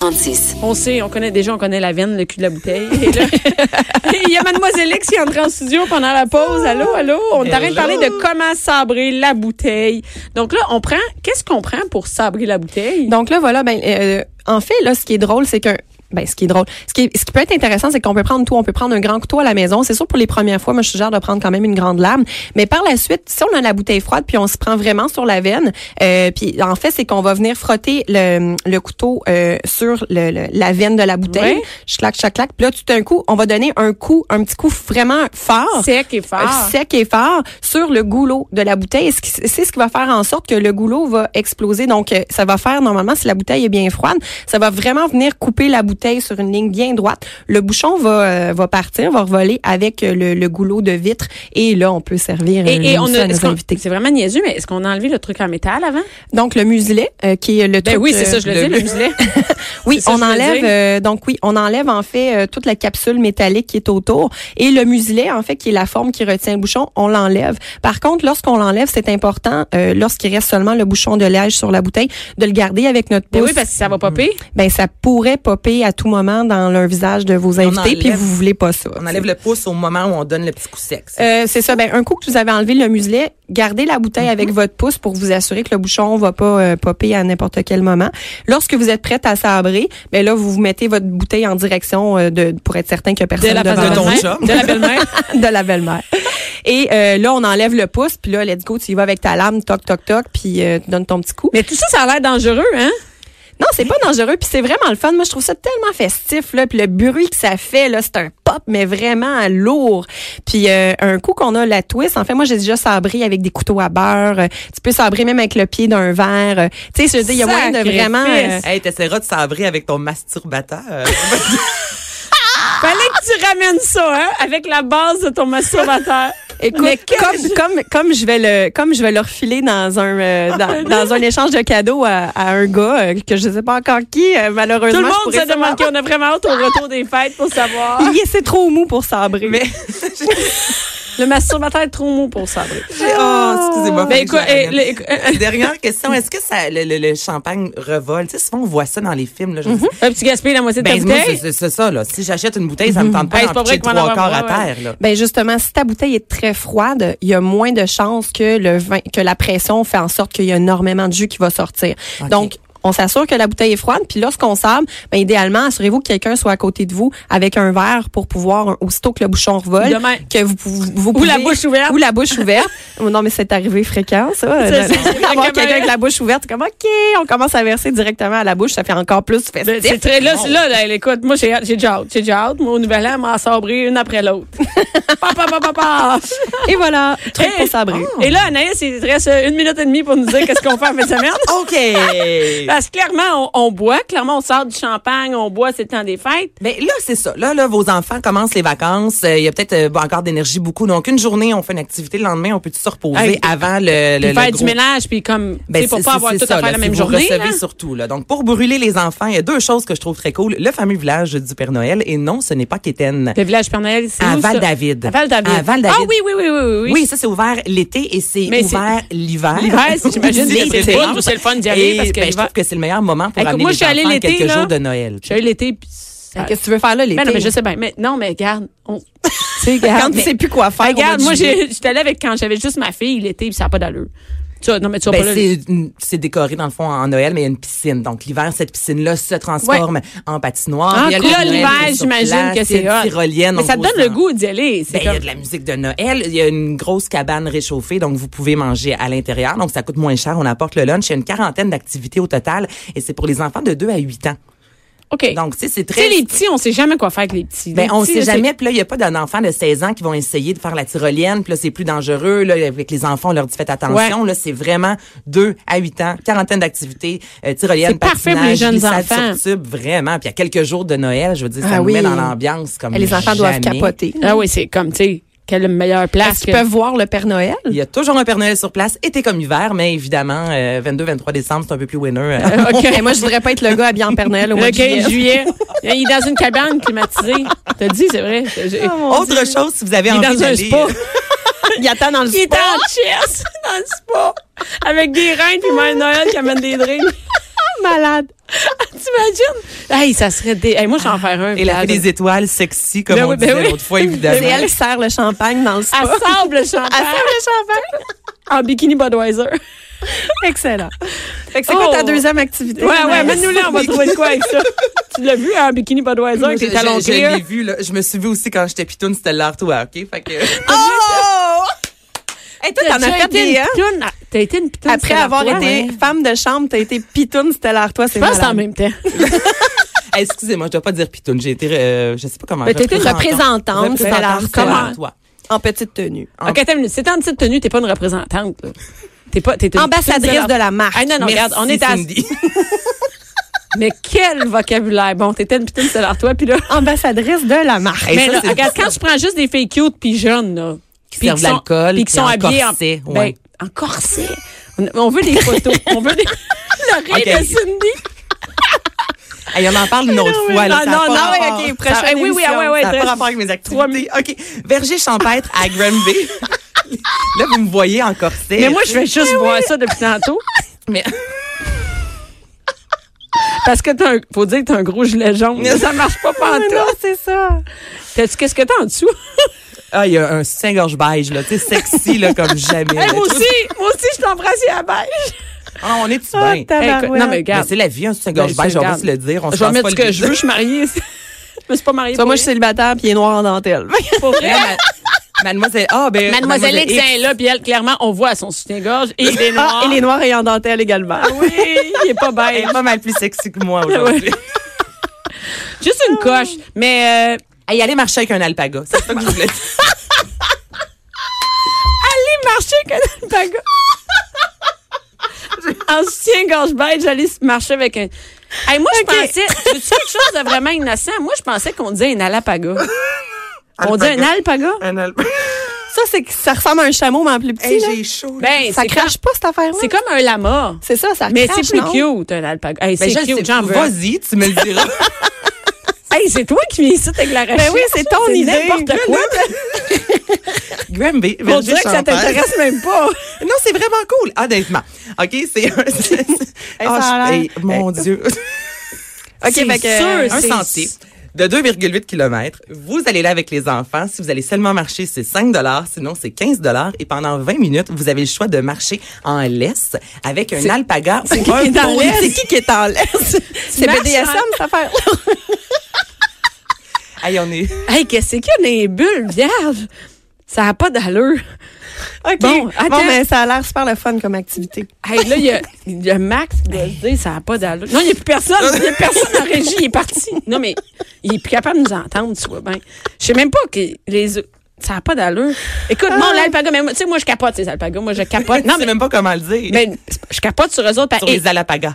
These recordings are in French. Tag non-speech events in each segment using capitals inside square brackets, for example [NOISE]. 36. On sait, on connaît déjà, on connaît la veine, le cul de la bouteille. Et là, [LAUGHS] il y a Mademoiselle X qui est entrée en studio pendant la pause. Allô, allô? On est en train de parler de comment sabrer la bouteille. Donc là, on prend, qu'est-ce qu'on prend pour sabrer la bouteille? Donc là, voilà, ben, euh, en fait, là, ce qui est drôle, c'est que ben, ce qui est drôle. Ce qui, est- ce qui peut être intéressant, c'est qu'on peut prendre tout. On peut prendre un grand couteau à la maison. C'est sûr, pour les premières fois, moi, je suggère de prendre quand même une grande lame. Mais par la suite, si on a la bouteille froide, puis on se prend vraiment sur la veine, euh, puis en fait, c'est qu'on va venir frotter le, le couteau euh, sur le- le- la veine de la bouteille. Ouais. Je claque, je claque. Puis là, tout d'un coup, on va donner un coup, un petit coup vraiment fort. Oh, Sec et fort. Euh, sec et fort sur le goulot de la bouteille. Ce qui- C'est ce qui va faire en sorte que le goulot va exploser. Donc, euh, ça va faire, normalement, si la bouteille est bien froide, ça va vraiment venir couper la bouteille sur une ligne bien droite. Le bouchon va, euh, va partir, va revoler avec euh, le, le goulot de vitre. Et là, on peut servir euh, Et, et on a, ça à nos est-ce qu'on- invités. c'est vraiment niaiseux, mais est-ce qu'on a enlevé le truc en métal avant? Donc, le muselet, euh, qui est le Ben truc, oui, c'est euh, ça, je le de- dis, le [LAUGHS] muselet. Oui, C'est ça, on je voulais enlève dire. euh, donc oui, on enlève en fait euh, toute la capsule métallique qui est autour et le muselet en fait qui est la forme qui retient le bouchon, on l'enlève. Par contre, lorsqu'on l'enlève, c'est important euh, lorsqu'il reste seulement le bouchon de liège sur la bouteille de le garder avec notre pouce. Ben oui, parce que ça va popper. Ben, ça pourrait popper à tout moment dans le visage de vos on invités puis enlève- vous voulez pas ça. On enlève le pouce au moment où on donne le petit coup sec. ça. Euh, c'est ça. Ben, un coup que vous avez enlevé le muselet, gardez la bouteille avec Mhm. votre pouce pour vous assurer que le bouchon va pas euh, popper à n'importe quel moment. Lorsque vous êtes prête à sabrer, ben là, vous vous mettez votre bouteille en direction euh, de, pour être certain que personne la devant face de ton vous. chum. De la belle-mère. [LAUGHS] de la belle-mère. Et euh, là, on enlève le pouce, puis là, let's go, tu y vas avec ta lame, toc, toc, toc, puis euh, tu donnes ton petit coup. Mais tout ça, ça a l'air dangereux, hein? Non, c'est pas dangereux, puis c'est vraiment le fun. Moi, je trouve ça tellement festif, là, puis le bruit que ça fait, là, c'est un pop, mais vraiment lourd. Puis euh, un coup qu'on a la twist, en fait, moi, j'ai déjà sabré avec des couteaux à beurre. Euh, Tu peux sabrer même avec le pied d'un verre. Euh, Tu sais, je veux dire, il y a moyen de Sacrifice. vraiment... euh, Hey, t'essaieras de sabrer avec ton masturbateur. [LAUGHS] Euh, Fallait que tu ramènes ça, hein, avec la base de ton masturbateur. Mais Écoute, quel- comme, comme, comme je vais le, comme je vais le refiler dans un, [LAUGHS] euh, dans, dans un échange de cadeaux à, à un gars euh, que je sais pas encore qui, euh, malheureusement. Tout le je monde pourrais se demande savoir. qu'on a vraiment hâte au retour des fêtes pour [LAUGHS] savoir. Il est- c'est trop mou pour sabrer. Le masturbateur est trop mou pour sabrer. oh, excusez-moi. Mais fallait écoute, que je la eh, ramène. le- écoute, euh, [LAUGHS] [LAUGHS] Dernière question, est-ce que ça, le, le- le champagne revole? Tu sais, souvent, on voit ça dans les films. Là, je dis, un petit gaspillage la moitié de ta ben, moi, c'est- Mm-hmm. bouteille. Mm-hmm. c'est c'est ça. Là. Si j'achète une bouteille, ça me tente pas Hey, c'est d'en pas vrai pitcher qu'on en trois va quarts à voir, ouais. terre. Là. Ben justement, si ta bouteille est très froide, il y a moins de chances que le vin, que la pression fait en sorte qu'il y a énormément de jus qui va sortir. Ok. Donc on s'assure que la bouteille est froide, puis lorsqu'on sable, ben idéalement, assurez-vous que quelqu'un soit à côté de vous avec un verre pour pouvoir, aussitôt que le bouchon revole, Demain. que vous, pou- vous Ou la pouvez- bouche ouverte. Ou la [LAUGHS] bouche ouverte. Oh non, mais c'est arrivé fréquent, ça. C'est- euh, c'est- [LAUGHS] c'est D'avoir fréquemment. quelqu'un avec la bouche ouverte, c'est comme, OK, on commence à verser directement à la bouche, ça fait encore plus Ben, festif. C'est très là, c'est là, là, écoute, moi j'ai hâte, j'ai déjà hâte, j'ai déjà hâte. Moi au nouvel an, elle m'a sabré une après l'autre. papa, papa, papa. Et voilà, truc pour sabrer. Et là, Anaïs, il te reste euh, une minute et demie pour nous dire qu'est-ce qu'on fait en fin de semaine. [LAUGHS] OK! Parce que clairement, on, on boit, clairement, on sort du champagne, on boit, c'est le temps des fêtes. Mais Ben, là, c'est ça. Là, là, vos enfants commencent les vacances. Euh, Il y a peut-être euh, encore d'énergie beaucoup. Donc, une journée, on fait une activité. Le lendemain, on peut se reposer Hey, avant le, le, Puis le faire gros- du ménage, puis comme, Ben, c'est pour c'est- pas c'est- avoir c'est tout ça, à faire là, la si même vous journée. hein? recevez là. surtout. Là. Donc, pour brûler les enfants, il y a deux choses que je trouve très cool. Le fameux village du Père Noël. Et non, ce n'est pas Quétaine. Le village Père Noël, c'est À où, ça? Val-David. À Val-David. À Val-David. Ah oui, oui, oui, oui, oui. Oui, ça, c'est ouvert l'été et c'est Mais c'est- ouvert l'hiver. L'hiver, c'est- j'imagine, Oui, c'est- c'est le fun, c'est le fun d'y aller Et, parce que ben, je l'hiver- trouve que c'est le meilleur moment pour Écoute, amener moi, les je suis allée enfants l'été, quelques là. jours de Noël. J'ai eu l'été, puis ça- Qu'est-ce que tu veux faire là, l'été? Mais non, mais je sais bien. Mais non, mais regarde, on- Tu sais, Quand tu mais- sais plus quoi faire. regarde, on va moi, te juger. j'ai- j'étais allée avec quand j'avais juste ma fille l'été, puis ça n'a pas d'allure. Tu vois, non, mais tu vois Ben, pas là. c'est une- c'est décoré dans le fond en Noël, mais il y a une piscine. Donc l'hiver, cette piscine-là se transforme en patinoire. Ah, Il y a le cool. Père Noël L'hiver, qui est sur j'imagine place, que il y a c'est une hot. tyrolienne Mais en ça te gros donne le sens. goût d'y aller. Ben, C'est il y a comme- de la musique de Noël, il y a une grosse cabane réchauffée, donc vous pouvez manger à l'intérieur, donc ça coûte moins cher, on apporte le lunch, il y a une quarantaine d'activités au total, et c'est pour les enfants de 2 à 8 ans. OK. Donc, tu sais, c'est Tu sais, très... les petits, on sait jamais quoi faire avec les petits. Ben, Les on petits, sait là, jamais. Puis là, il y a pas d'enfants de 16 ans qui vont essayer de faire la tyrolienne. Puis là, c'est plus dangereux. Là, avec les enfants, on leur dit faites attention. Là, c'est vraiment 2 à 8 ans, quarantaine d'activités, euh, C'est tyrolienne, parfait pour les patinage, jeunes glissade enfants. sur tube, vraiment. Puis il y a quelques jours de Noël, je veux dire, ça Ah nous oui. met dans l'ambiance comme Et les enfants doivent jamais. capoter. c'est- Ah oui, c'est comme, tu sais, quelle meilleure place Est-ce qu'ils que- peuvent voir le Père Noël? Il y a toujours un Père Noël sur place, été comme hiver, mais évidemment, 22-23 décembre, c'est un peu plus winner. euh. [LAUGHS] [LAUGHS] OK. moi, je voudrais pas être le gars habillé en Père Noël au mois Le de 15 juillet, juillet. il est dans une cabane climatisée. T'as dit, c'est vrai. Ah, J'ai- Autre chose, si vous avez Il est envie dans un d'aller- euh, spa. [LAUGHS] Il attend dans le Il est sport. en [LAUGHS] chess dans le spa avec des reines puis Mère Noël qui amène des [LAUGHS] drinks. Malade. T'imagines? Hey, ça serait des. Hey, moi, je vais en faire un. Et la Vlad. fille des étoiles sexy, comme Ben on oui, ben disait oui. l'autre fois, C'est évidemment. elle qui sert le champagne dans le spa. À sable le champagne. le champagne. En bikini Budweiser. [LAUGHS] Excellent. Fait que c'est quoi Oh. ta deuxième activité? Ouais, ouais, Anaïs? mets-nous [LAUGHS] là, on va trouver de quoi avec ça. Tu l'as vu, hein, en bikini Budweiser avec Je- tes talons je- Je l'ai clairs. vu, là. Je me suis vu aussi quand j'étais pitoune, c'était l'art toi, OK? Fait que... [LAUGHS] Oh! Hey, toi, t'en as déjà fait été des, une hein? pitoune. Ah, T'as été une pitoune. Après Stella avoir Artois, été ouais. femme de chambre, t'as été pitoune stellaire. Toi, c'est Je pense que c'est en malade. même temps. Excusez-moi, je dois pas dire pitoune. J'ai été... euh, je sais pas comment... Ben, Mais t'as été représentante. représentante, c'était l'art. Représentante, Comment? Stella Artois. En petite tenue. OK, attends une minute. Si t'es en petite tenue, t'es pas une représentante. là. T'es pas. T'es une Ambassadrice de la marque. Ah non, non, regarde, on est à. Cindy. Mais quel vocabulaire. Bon, t'étais une pitoune, c'est toi, puis là. Ambassadrice de la marque. Hey, mais ben. ça, là, c'est- regarde, quand tu prends juste des filles cute puis jeunes, là, puis servent sont- l'alcool, puis qui puis sont en habillées corset, en, ouais. ben, en corset. On, on veut des photos. [LAUGHS] on veut des. L'oreille Ok. de Cindy. Ah, Hey, on en parle une autre oui. fois. là, Ah, ça a non, pas non, rapport. ouais, ok, Ça- prochaine eh oui, oui, émission. ah, ouais, ouais, Ça a ça n'a pas pas rapport rapport avec mes activités. OK. Verger champêtre à Granby. [LAUGHS] Là, vous me voyez en corset. Mais moi, je vais juste voir ça depuis tantôt. Eh [LAUGHS] Mais- Parce que t'as un, faut dire que t'as un gros gilet jaune. [LAUGHS] ça marche pas Non, pantoute. c'est ça. T'as-tu, qu'est-ce que t'as en dessous? Ah, il y a un Saint-Gorge beige, là. Tu sais, sexy, là, [LAUGHS] comme jamais. Hey, là. moi aussi, moi aussi, je t'embrasse à la beige. Ah, on est-tu Ah, bien? Hey, tabarouette. écoute, non, mais Mais regarde. c'est la vie, un Ben, Saint-Gorge je beige, on va regarde. se le dire. On se je vais lance mettre pas ce le que je guide. veux, je suis mariée. [LAUGHS] je me suis pas mariée. Tu vois, pour moi, je suis célibataire puis il est noir [LAUGHS] en dentelle. pour vrai. Là, Eh, ma- Mademoiselle, ah, ben, Mademoiselle X est là, puis elle, clairement, on voit son soutien-gorge et il est noir. Ah, [LAUGHS] et les noirs et en dentelle également. Oui, il est [LAUGHS] pas Elle bête. est pas mal plus sexy que [LAUGHS] moi aujourd'hui. Juste une coche. Mais euh, Hey, allez marcher avec un alpaga. C'est ça que je voulais dire. allez marcher avec un [LAUGHS] alpaga. en soutien-gorge bête, j'allais marcher avec un... Hey, moi, je pensais... C'est quelque chose de vraiment innocent. Moi, je pensais qu'on disait un alapaga. [LAUGHS] On dit [LAUGHS] un alpaga? Un alpaga. Ça, c'est que ça ressemble à un chameau, mais en plus petit. Hey, là. j'ai chaud. là. Ben, Euh, ça c'est crache pas, cette affaire-là. comme- C'est comme un lama. C'est ça, ça Mais crache, c'est plus non? cute, un alpaga. Hey, Ben, c'est je sais cute, j'en pas. veux. Vas-y, tu me le diras. Hey, c'est toi qui viens ici avec la recherche. Ben oui, c'est ton idée. n'importe quoi. [LAUGHS] Granby, On Virgil dirait que ça Champagne. t'intéresse même pas. Non, c'est vraiment cool, honnêtement. OK, c'est un... c'est- Ah, ça a je- l'air- [LAUGHS] hey, mon Dieu. OK, C'est fait que- sûr. un c'est- sentier de 2,8 km. Vous allez là avec les enfants. Si vous allez seulement marcher, c'est 5 sinon c'est 15 Et pendant 20 minutes, vous avez le choix de marcher en laisse avec un alpaga ou Qui un est en poney. l'aise? C'est qui qui est en l'aise? C'est marches BDSM, en- cette affaire [LAUGHS] Hey, on est... [LAUGHS] Hey, qu'est-ce qu'il y a dans les bulles, vierge? Ça n'a pas d'allure. OK. Bon, Bon, attends. mais ça a l'air super le fun comme activité. Hey, là, il y a, il y a Max qui doit se dire ça n'a pas d'allure. Non, il n'y a plus personne. Il n'y a personne en régie. Il est parti. Non, mais il n'est plus capable de nous entendre, tu vois bien. Je sais même pas que les... Ça n'a pas d'allure. Écoute, mon l'alpaga, mais moi, tu sais, moi, je capote ces alpagas. Moi, je [LAUGHS] capote. Non, Ben, Non, mais, même pas comment le dire. mais je capote sur eux autres. par- Sur les alapagas.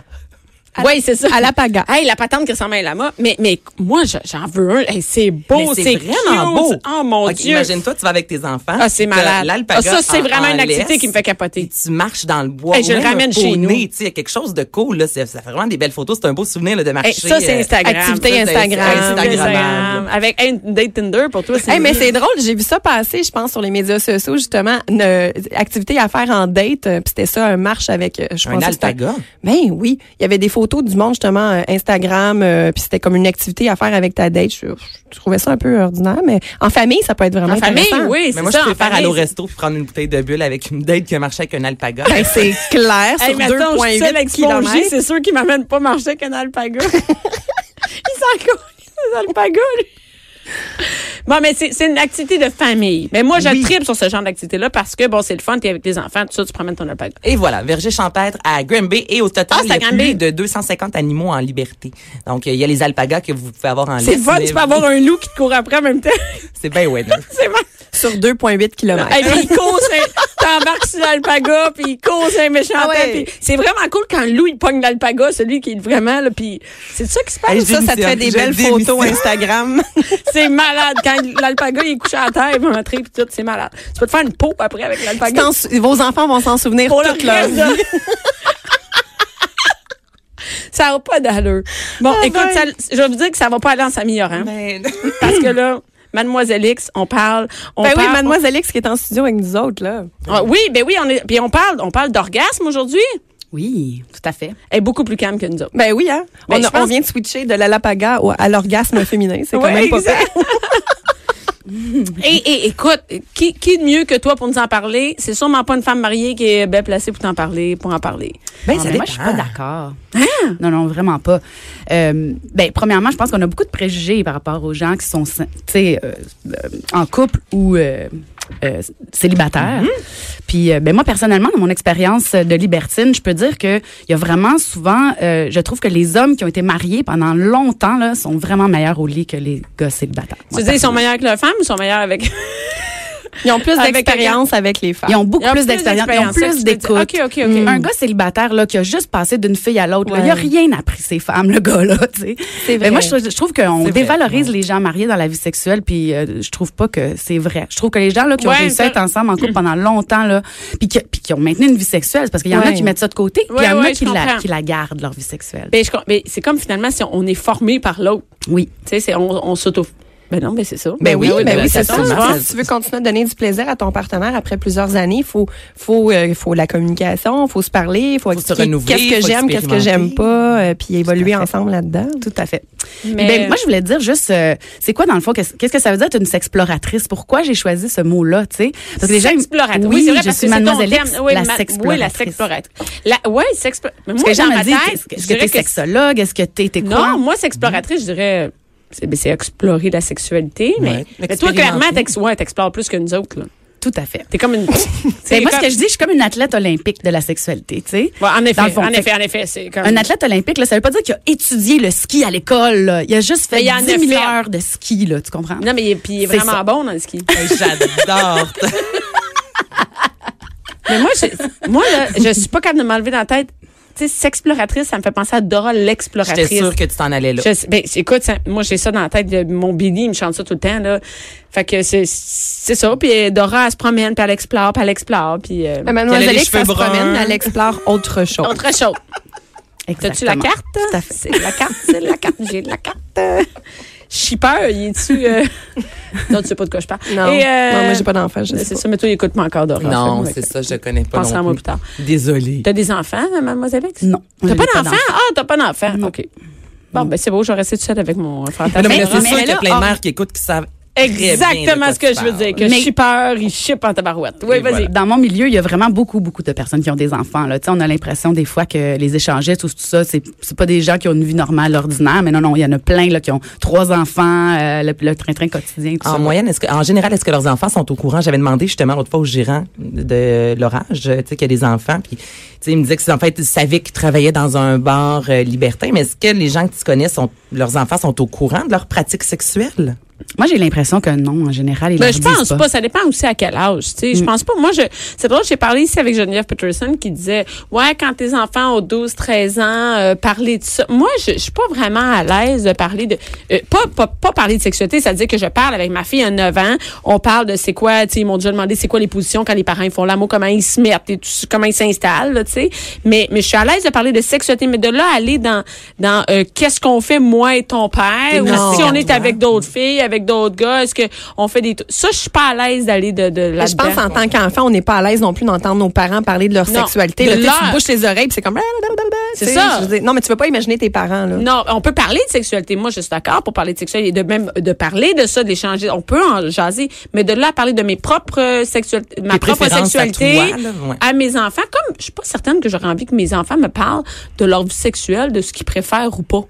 Oui, c'est ça. À la paga. Hey, la patente qui ressemble à un lama. Mais, mais moi, je- j'en veux un. Hey, c'est Mais beau, c'est vraiment beau. cute. Oh mon Ok, Dieu. Imagine-toi, tu vas avec tes enfants. Ah, c'est t'as malade. l'alpaga Ah, ça, c'est en- vraiment en une activité laisse. qui me fait capoter. Et tu marches dans le bois. Hey, je ou le même ramène un chez poney, nous. tu sais, Il y a quelque chose de cool. Là. C'est, c'est vraiment des belles photos. C'est un beau souvenir là, de marcher. Hey, ça, c'est euh, Instagram. activité Ça, c'est Instagram. Instagrammable. Avec un date Tinder pour toi, c'est. Hey, mais c'est drôle, j'ai vu ça passer, je pense, sur les médias sociaux, justement, une euh, activité à faire en date, euh, puis c'était ça, un marche avec, euh, je Un pensais que c'était- alpaga? Ben oui, il y avait des photos du monde, justement, euh, Instagram, euh, puis c'était comme une activité à faire avec ta date. Je, je trouvais ça un peu ordinaire, mais en famille, ça peut être vraiment En famille, intéressant. oui, c'est Mais moi, ça. je en préfère famille, aller au c'est- resto puis prendre une bouteille de bulle avec une date qui a marché avec un alpaga. Ben, [LAUGHS] c'est clair, Hey, sur mais attends, je suis seule 2,8 avec Spongy, kilomètres. c'est sûr qu'il m'amène pas marcher avec un alpaga. Il s'en colle, les alpagas, lui. Bon, mais c'est c'est une activité de famille. Mais moi, je Oui. tripe sur ce genre d'activité-là parce que, bon, c'est le fun, t'es avec les enfants, tout ça, tu promènes ton alpaga. Et voilà, verger champêtre à Granby et au total, Ah, il c'est à y a Granby. plus de 250 animaux en liberté. Donc, euh, il y a les alpagas que vous pouvez avoir en C'est laisse, fun, mais tu peux avoir un loup qui te court après en même temps. [LAUGHS] [LAUGHS] C'est bien ouais. c'est vrai. Sur 2,8 km. Hey, puis il court, c'est- t'embarques sur l'alpaga, puis il court, c'est un méchant Ah ouais. temps, puis C'est vraiment cool quand le loup, il pogne l'alpaga, celui qui est vraiment, là, puis c'est ça qui se passe. [LAUGHS] Hey, ça, ça te fait des Je belles photos démissionne. [LAUGHS] Instagram. C'est malade. Quand l'alpaga, il est couché à terre, il va rentrer, puis tout, c'est malade. Tu peux te faire une peau après avec Tu l'alpaga. t'en sou- Vos enfants vont s'en [LAUGHS] souvenir Pour le toute leur reste vie. de- [LAUGHS] Ça n'a pas d'allure. Bon, Ah écoute, ben. ça- je vais vous dire que ça va pas aller en s'améliorant. Ben, Parce que là, Mademoiselle X, on parle. On Ben oui, parle, Mademoiselle Alex qui est en studio avec nous autres, là. Ah oui, ben oui, on est, puis on parle, on parle d'orgasme aujourd'hui. Oui, tout à fait. Elle est beaucoup plus calme que nous autres. Ben oui, hein? Ben, on, a- je pense- on vient de switcher de l'alapaga au- à l'orgasme féminin. C'est quand Ouais, même pas exact. pire. Et, et écoute, qui, qui de mieux que toi pour nous en parler? C'est sûrement pas une femme mariée qui est bien placée pour t'en parler, pour en parler. ben, Ah, ça mais moi, je suis pas dépend. d'accord. Hein? Non, non, vraiment pas. Euh, ben, premièrement, je pense qu'on a beaucoup de préjugés par rapport aux gens qui sont, tu sais, euh, euh, en couple ou euh, euh, célibataires. Puis, euh, ben, moi, personnellement, dans mon expérience de libertine, je peux dire que il y a vraiment souvent, euh, je trouve que les hommes qui ont été mariés pendant longtemps là, sont vraiment meilleurs au lit que les gars célibataires. Tu Moi, veux dire, ils sont personnellement. meilleurs avec leurs femmes ou ils sont meilleurs avec. Ils ont plus Avec d'expérience avec les femmes. Ils ont beaucoup Ils ont plus plus d'expérience, ils ont d'expérience, plus c'est ce que je te d'écoute. dis. OK, OK, OK. Un gars célibataire là, qui a juste passé d'une fille à l'autre, là, il a Ouais. rien appris ses femmes, le gars-là. tu sais. C'est vrai. Mais moi, je, trouve- je trouve qu'on vrai, dévalorise les gens mariés dans la vie sexuelle, puis euh, je trouve pas que c'est vrai. Je trouve que les gens là, qui ont Ouais, réussi ça- à être ensemble en couple pendant longtemps, là, puis, que- puis qui ont maintenu une vie sexuelle, c'est parce qu'il y en a Ouais. qui mettent ça de côté, puis il y Ouais, en ouais, a qui je la, comprends. qui la gardent, leur vie sexuelle. [LAUGHS] Ben, je com- ben, c'est comme finalement si on on est formé par l'autre. Oui. Tu sais, c'est- on, on s'auto. Ben non, ben c'est ça. Ben oui, ben oui, ben oui, c'est ça. ça tombe, hein. Si tu veux continuer à donner du plaisir à ton partenaire après plusieurs années, il faut, faut, euh, faut la communication, il faut se parler, il faut, se expliquer renouveler, qu'est-ce que faut j'aime, qu'est-ce que j'aime expérimenter. pas, euh, puis évoluer ensemble là-dedans. Tout à fait. Mais- Ben, moi, je voulais dire juste, euh, c'est quoi dans le fond, qu'est-ce qu'est-ce que ça veut dire être une sexploratrice? Pourquoi j'ai choisi ce mot-là, tu sais? Parce que les gens- Sexploratrice. Oui, c'est vrai, je parce suis que c'est ton mademoiselle terme. X, Oui, la ma- Oui, la sexploratrice. sexploratrice. La, oui, sexploratrice. Mais Est-ce moi, que dans j'en ma ai dit, tête, est-ce que- je est-ce que dirais t'es que sexologue? Est-ce que t'es, t'es quoi? Non, moi, sexploratrice, je dirais. C'est ben, c'est explorer la sexualité, mais, Ouais. mais toi, clairement, Expérimenter. t'ex- ouais, t'explores plus que nous autres. là. Tout à fait. T'es comme [LAUGHS] une. c'est Ben, moi, ce comme- que je dis, je suis comme une athlète olympique de la sexualité, tu sais. Ouais, en effet, Dans le fond, en fait- effet, en effet, c'est comme. Un athlète olympique, là, ça veut pas dire qu'il a étudié le ski à l'école. là. Il a juste fait Mais il en a 10 000 fait. heures de ski, là, tu comprends? Non, mais il est, puis il est C'est vraiment ça. bon dans le [LAUGHS] ski. Hey, ah, J'adore. mais moi, je, moi là, je suis pas capable de m'enlever dans la tête. Tu sais, sexploratrice, ça me fait penser à Dora l'exploratrice. J'étais sûre que tu t'en allais là. Je sais- ben, écoute, ça- moi, j'ai ça dans la tête de mon Billy, il me chante ça tout le temps, là. Fait que c'est, c'est ça. Puis euh, Dora, elle se promène, puis elle explore, puis elle explore, puis... euh, Mais Mademoiselle Qu'elle a les Alex, ça cheveux se bruns. promène, elle explore autre chose. autre chose. Exactement. T'as-tu la carte? Tout à fait. C'est la carte, c'est la carte. J'ai la carte. Shipper, il est-tu... euh, [LAUGHS] Non, tu sais pas de quoi je parle. Non, Et, euh, non moi, j'ai pas d'enfant, je sais C'est pas. ça, mais toi, écoute-moi encore, Dora. Non, Fait que- c'est ça, je connais pas. Pensez à non moi plus plus. tard. Désolée. T'as des enfants, euh, mademoiselle Alex? Non. T'as je pas l'ai d'enfants? Ah, t'as pas d'enfants. OK. Bon, ben c'est beau, je vais rester toute seule avec mon [LAUGHS] frère. Mais, non, mais Mais- c'est mais sûr qu'il y là, a plein or- de mères qui écoutent qui savent. très bien de quoi Exactement ce que tu je veux parles. dire. Que Mais- shipper, il ship en tabarouette. Oui, Et vas-y. voilà. Dans mon milieu, il y a vraiment beaucoup, beaucoup de personnes qui ont des enfants. Là. Tu sais, On a l'impression des fois que les échangistes, tout, tout ça, c'est c'est pas des gens qui ont une vie normale, ordinaire, mais non, non, il y en a plein là, qui ont trois enfants, euh, le le train-train quotidien, tout En ça. moyenne, est-ce que, en général, est-ce que leurs enfants sont au courant? J'avais demandé justement l'autre fois au gérant de l'orage, tu sais, qu'il y a des enfants, puis tu sais, il me disait que ses enfants étaient- savaient qu'ils travaillaient dans un bar euh, libertin, mais est-ce que les gens que tu connais sont, leurs enfants sont au courant de leurs pratiques sexuelles? Moi, j'ai l'impression que non, en général, ils Ben, leur je disent pense pas. Ça dépend aussi à quel âge. Tu sais, je pense pas. Moi, je, c'est drôle. J'ai parlé ici avec Geneviève Peterson qui disait, ouais, quand tes enfants ont 12, 13 ans, euh, parler de ça. Moi, je, je suis pas vraiment à l'aise de parler de, euh, pas, pas, pas parler de sexualité. Ça veut dire que je parle avec ma fille à 9 ans. On parle de c'est quoi, tu sais, ils m'ont déjà demandé c'est quoi les positions quand les parents ils font l'amour, comment ils se mettent et tout, ça, comment ils s'installent, là, tu sais. Mais, mais je suis à l'aise de parler de sexualité. Mais de là, à aller dans, dans, euh, qu'est-ce qu'on fait, moi et ton père, ou Non. si on est Ah. avec d'autres filles, avec d'autres gars, est-ce que on fait des trucs- ça je suis pas à l'aise d'aller de, de là Je pense en tant qu'enfant, on n'est pas à l'aise non plus d'entendre nos parents parler de leur Non, sexualité. de Là, tu sais, leur- tu bouches les oreilles, puis c'est comme Ah, blablabla, C'est tu sais, ça. je veux dire, non, mais tu peux pas imaginer tes parents là. non, on peut parler de sexualité. Moi, je suis d'accord pour parler de sexualité et de même de parler de ça, d'échanger. On peut en jaser, mais de là à parler de mes propres sexualités, ma Tes propre préférences à sexualité toi, là, ouais. à mes enfants. Comme je suis pas certaine que j'aurais envie que mes enfants me parlent de leur vie sexuelle, de Mm. ce qu'ils préfèrent ou pas.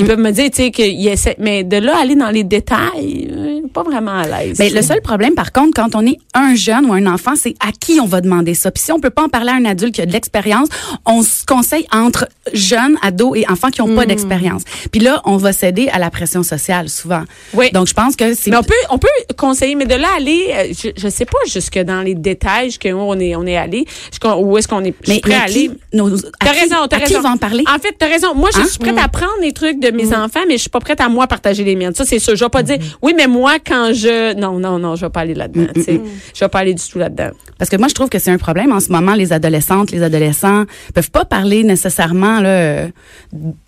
Ils peuvent me dire, tu sais, qu'ils essaient, mais de là à aller dans les détails, euh, pas vraiment à l'aise. Mais le seul problème, par contre, quand on est un jeune ou un enfant, c'est à qui on va demander ça. Puis si on peut pas en parler à un adulte qui a de l'expérience, on se conseille entre jeunes, ados et enfants qui ont Hmm. pas d'expérience. Puis là, on va céder à la pression sociale souvent. Oui. Donc je pense que c'est Mais on peut, on peut conseiller, mais de là à aller, euh, je, je sais pas jusque dans les détails, jusque où on est, on est allé, jusqu'à- où est-ce qu'on est, je suis mais, prêt à mais qui, aller. nos- T'as à qui- raison, t'as à raison. Ah. qui va en parler? En fait, t'as raison. Moi, je Hein? Mm. suis prête à prendre les trucs de mes enfants, mais je suis pas prête à moi partager les miennes. Ça, c'est sûr. Je vais pas Mm-hmm. dire, oui, mais moi, quand je, non, non, non, je vais pas aller là-dedans. tu sais. Je vais pas aller du tout là-dedans. Parce que moi, je trouve que c'est un problème en ce moment. Les adolescentes, les adolescents peuvent pas parler nécessairement là, euh,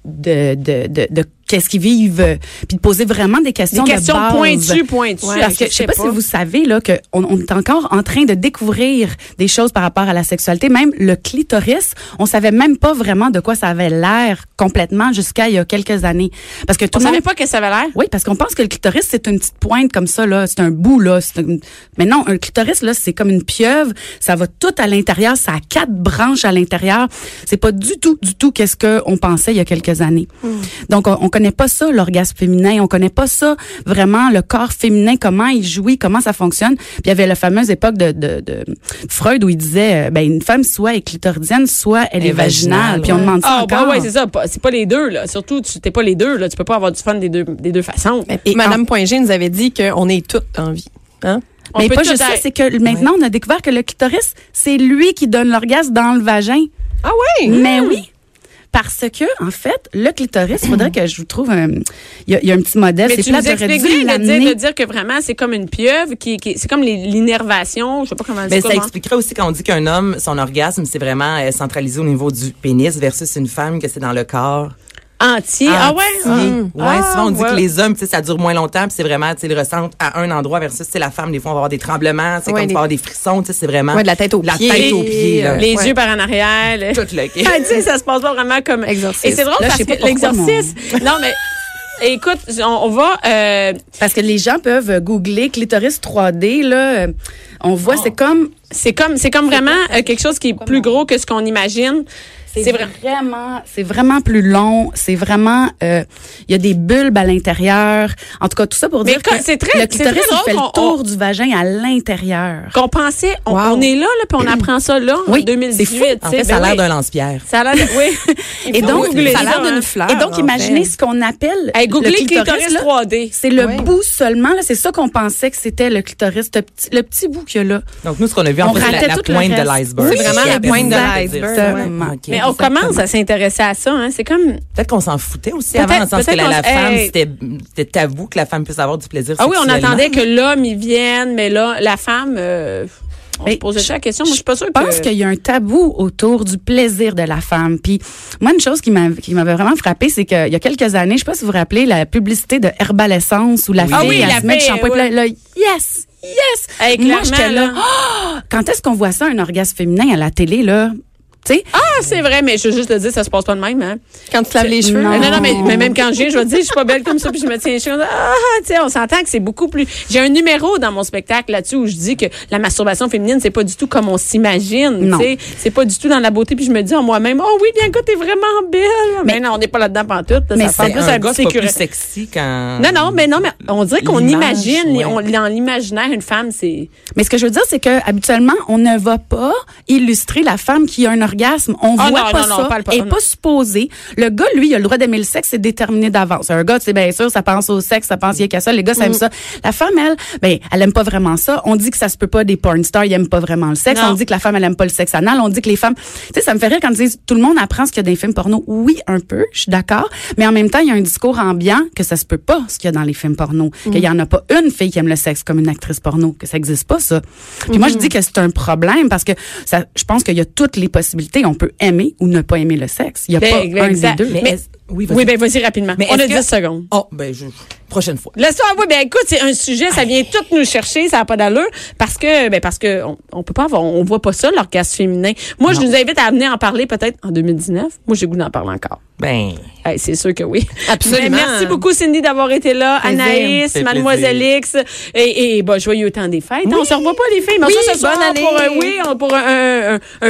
de, de, de, de qu'est-ce qu'ils vivent, euh, puis de poser vraiment des Des questions questions de base. pointues, pointues. Ouais, parce que je sais pas, si vous savez là que on, on est encore en train de découvrir des choses par rapport à la sexualité, même le clitoris, on savait même pas vraiment de quoi ça avait l'air complètement jusqu'à il y a quelques années, parce que On tout le monde- savait pas que ça avait l'air. oui, parce qu'on pense que le clitoris, c'est une petite pointe comme ça, là. C'est un bout, là. c'est un- Mais non, un clitoris, là, c'est comme une pieuvre. Ça va tout à l'intérieur. Ça a quatre branches à l'intérieur. C'est pas du tout, du tout qu'est-ce qu'on pensait il y a quelques années. Hmm. Donc, on, on connaît pas ça, l'orgasme féminin. On connaît pas ça, vraiment, le corps féminin, comment il jouit, comment ça fonctionne. Puis, il y avait la fameuse époque de, de, de Freud où il disait, euh, ben, une femme, soit elle est clitoridienne, soit elle, est vaginale. vaginale, Puis, on demande ça Ah, encore. bah ouais, c'est ça. Pas- C'est pas les deux, là. Surtout, tu t'es pas les deux, là. Tu peux pas avoir du fun des deux, des deux façons. Et Madame Poingé nous avait dit qu'on est toutes en vie. Hein? On Mais peut pas tout juste ça, être- c'est que maintenant, on a découvert que le clitoris, c'est lui qui donne l'orgasme dans le vagin. Ah oui! Hmm. Mais oui! Parce que, en fait, le clitoris, il faudrait que je vous trouve un. Il y a- il y, a un petit modèle. Mais c'est tu nous plate, j'aurais dû expliquerais de dire, de l'amener. dire que vraiment, c'est comme une pieuvre, qui, qui- c'est comme les- l'innervation, je sais pas comment Ben, dire. ça expliquerait aussi quand on dit qu'un homme, son orgasme, c'est vraiment euh, centralisé au niveau du pénis versus une femme que c'est dans le corps. Entier. Ah ouais? entier. Ah. Ouais, Ah, souvent on dit ouais. que les hommes, tu sais, ça dure moins longtemps, puis c'est vraiment, tu sais, ils le ressentent à un endroit versus, c'est la femme, des fois, on va avoir des tremblements, c'est Ouais, comme des- tu vas avoir des frissons, tu sais, c'est vraiment. Ouais, de la tête aux la pieds. tête aux pieds, là. Les Ouais. yeux par en arrière. là. Tout le kit. [LAUGHS] Ah, tu sais, ça se passe pas vraiment comme. Exorciste. Et c'est drôle Là, je parce sais pas que pourquoi, l'exorciste. Non, mais. Écoute, on, on va. euh, Parce que les gens peuvent euh, googler clitoris 3D, là. euh, On voit, c'est comme. c'est comme, c'est comme vraiment euh, quelque chose qui est plus gros que ce qu'on imagine. C'est vrai. vraiment, c'est vraiment plus long. C'est vraiment, euh, il y a des bulbes à l'intérieur. En tout cas, tout ça pour Mais dire quand- que c'est très- le c'est très clitoris il drôle fait qu'on- le tour du vagin à l'intérieur. Qu'on pensait, on, Wow. on est là, là, puis on apprend ça là, en Oui, 2018. tu En sais, fait, ça a ben l'air oui. d'un lance-pierre. Ça a l'air de- oui. Il [LAUGHS] Et faut donc, googler ça a ça, l'air hein. d'une fleur. Et donc, imaginez ce qu'on appelle Hey, googlez le clitoris. clitoris là. 3D. C'est le Oui. bout seulement, là. c'est ça qu'on pensait que c'était le clitoris, le petit, le petit bout qu'il y a là. Donc, nous, ce qu'on a vu, On en fait, c'est ratait la, la tout le pointe de reste. l'iceberg. Oui, C'est vraiment la pointe de l'iceberg, exactement. Ouais, ok. Mais on commence à s'intéresser à ça. Hein. C'est comme Peut-être qu'on s'en foutait aussi Peut-être- avant, dans le sens que peut-être la, qu'on la s- femme, hey. c'était c'était tabou que la femme puisse avoir du plaisir Ah oui, on sexuellement. attendait que l'homme il vienne, mais là, la femme, euh, on Mais se posait je- ça la question. Moi, je suis pas sûre Je pense que... qu'il y a un tabou autour du plaisir de la femme. Puis moi, une chose qui m'avait qui m'avait vraiment frappée, c'est qu'il y a quelques années, je sais pas si vous vous rappelez, la publicité de Herbal Essence où la fille, Ah oui, elle la se met du fille, shampoing, puis ouais. là, là, yes, yes! Hey, Moi, clairement, j'étais là, là. Ah! [GASPS] quand est-ce qu'on voit ça, un orgasme féminin à la télé, là? Tu sais, Ah, c'est vrai, mais je veux juste te dire, ça se passe pas de même. Hein. Quand tu te laves les cheveux. Non. Non, non, mais, mais même quand je viens, je vais te dire, je suis pas belle comme ça, puis je me tiens les cheveux. Ah, tu sais, on s'entend que c'est beaucoup plus... J'ai un numéro dans mon spectacle là-dessus où je dis que la masturbation féminine, c'est pas du tout comme on s'imagine. Non. tu sais. C'est pas du tout dans la beauté, puis je me dis en moi-même, oh oui, bien t'es vraiment belle. Mais, non, on n'est pas là-dedans pantoute. là, Mais ça C'est fait plus un un gars, petit c'est pas plus écureuil. sexy quand... Non, non, mais non, mais on dirait qu'on Hein. L'image, imagine, ouais. on, dans l'imaginaire, une femme, c'est... mais ce que je veux dire, c'est que habituellement, on ne va pas illustrer la femme qui a un orgasme. On Ah voit non, pas non, non, on ça. parle pas- et non. pas supposé. Le gars, lui, il a le droit d'aimer le sexe, c'est déterminé d'avance. Un gars, c'est bien sûr, ça pense au sexe, ça pense qu'il y a qu'à ça. Les gars, Mm. ça aime ça. La femme, elle, ben, elle aime pas vraiment ça. On dit que ça se peut pas des porn stars, ils aiment pas vraiment le sexe. Non. On dit que la femme, elle aime pas le sexe anal. On dit que les femmes, tu sais, ça me fait rire quand ils disent tout le monde apprend ce qu'il y a dans les films porno. Oui, un peu, je suis d'accord. Mais en même temps, il y a un discours ambiant que ça se peut pas ce qu'il y a dans les films porno. Mm. Qu'il y en a pas une fille qui aime le sexe comme une actrice porno. Que ça existe pas, ça. Puis moi, Mm-hmm. je dis que c'est un problème parce que ça, je pense qu'il y a toutes les possibilités. On peut aimer ou ne pas aimer le sexe. Il y a Euh, pas Ben, exact. un des deux. Mais- est-ce- oui, vas-y. Oui, ben vas-y rapidement. Mais On a est-ce 10 que- secondes. Oh, ben, je... prochaine fois. Laisse-toi, oui, ben écoute, c'est un sujet, ça vient tout nous chercher, ça n'a pas d'allure, parce que, ben parce que on, on peut pas avoir, on voit pas ça, l'orgasme féminin. Moi, je nous invite à venir en parler peut-être en 2019. Moi, j'ai le goût d'en parler encore. Ben, Hey, c'est sûr que oui. Absolument. Mais merci beaucoup, Cindy, d'avoir été là. Plaisir. Anaïs, Fait Mademoiselle plaisir. X. bah, Et, et ben, joyeux temps des fêtes. On se revoit pas, les filles, mais Oui, on se revoit bonne pour un, année. oui, on- pour un- un- un- un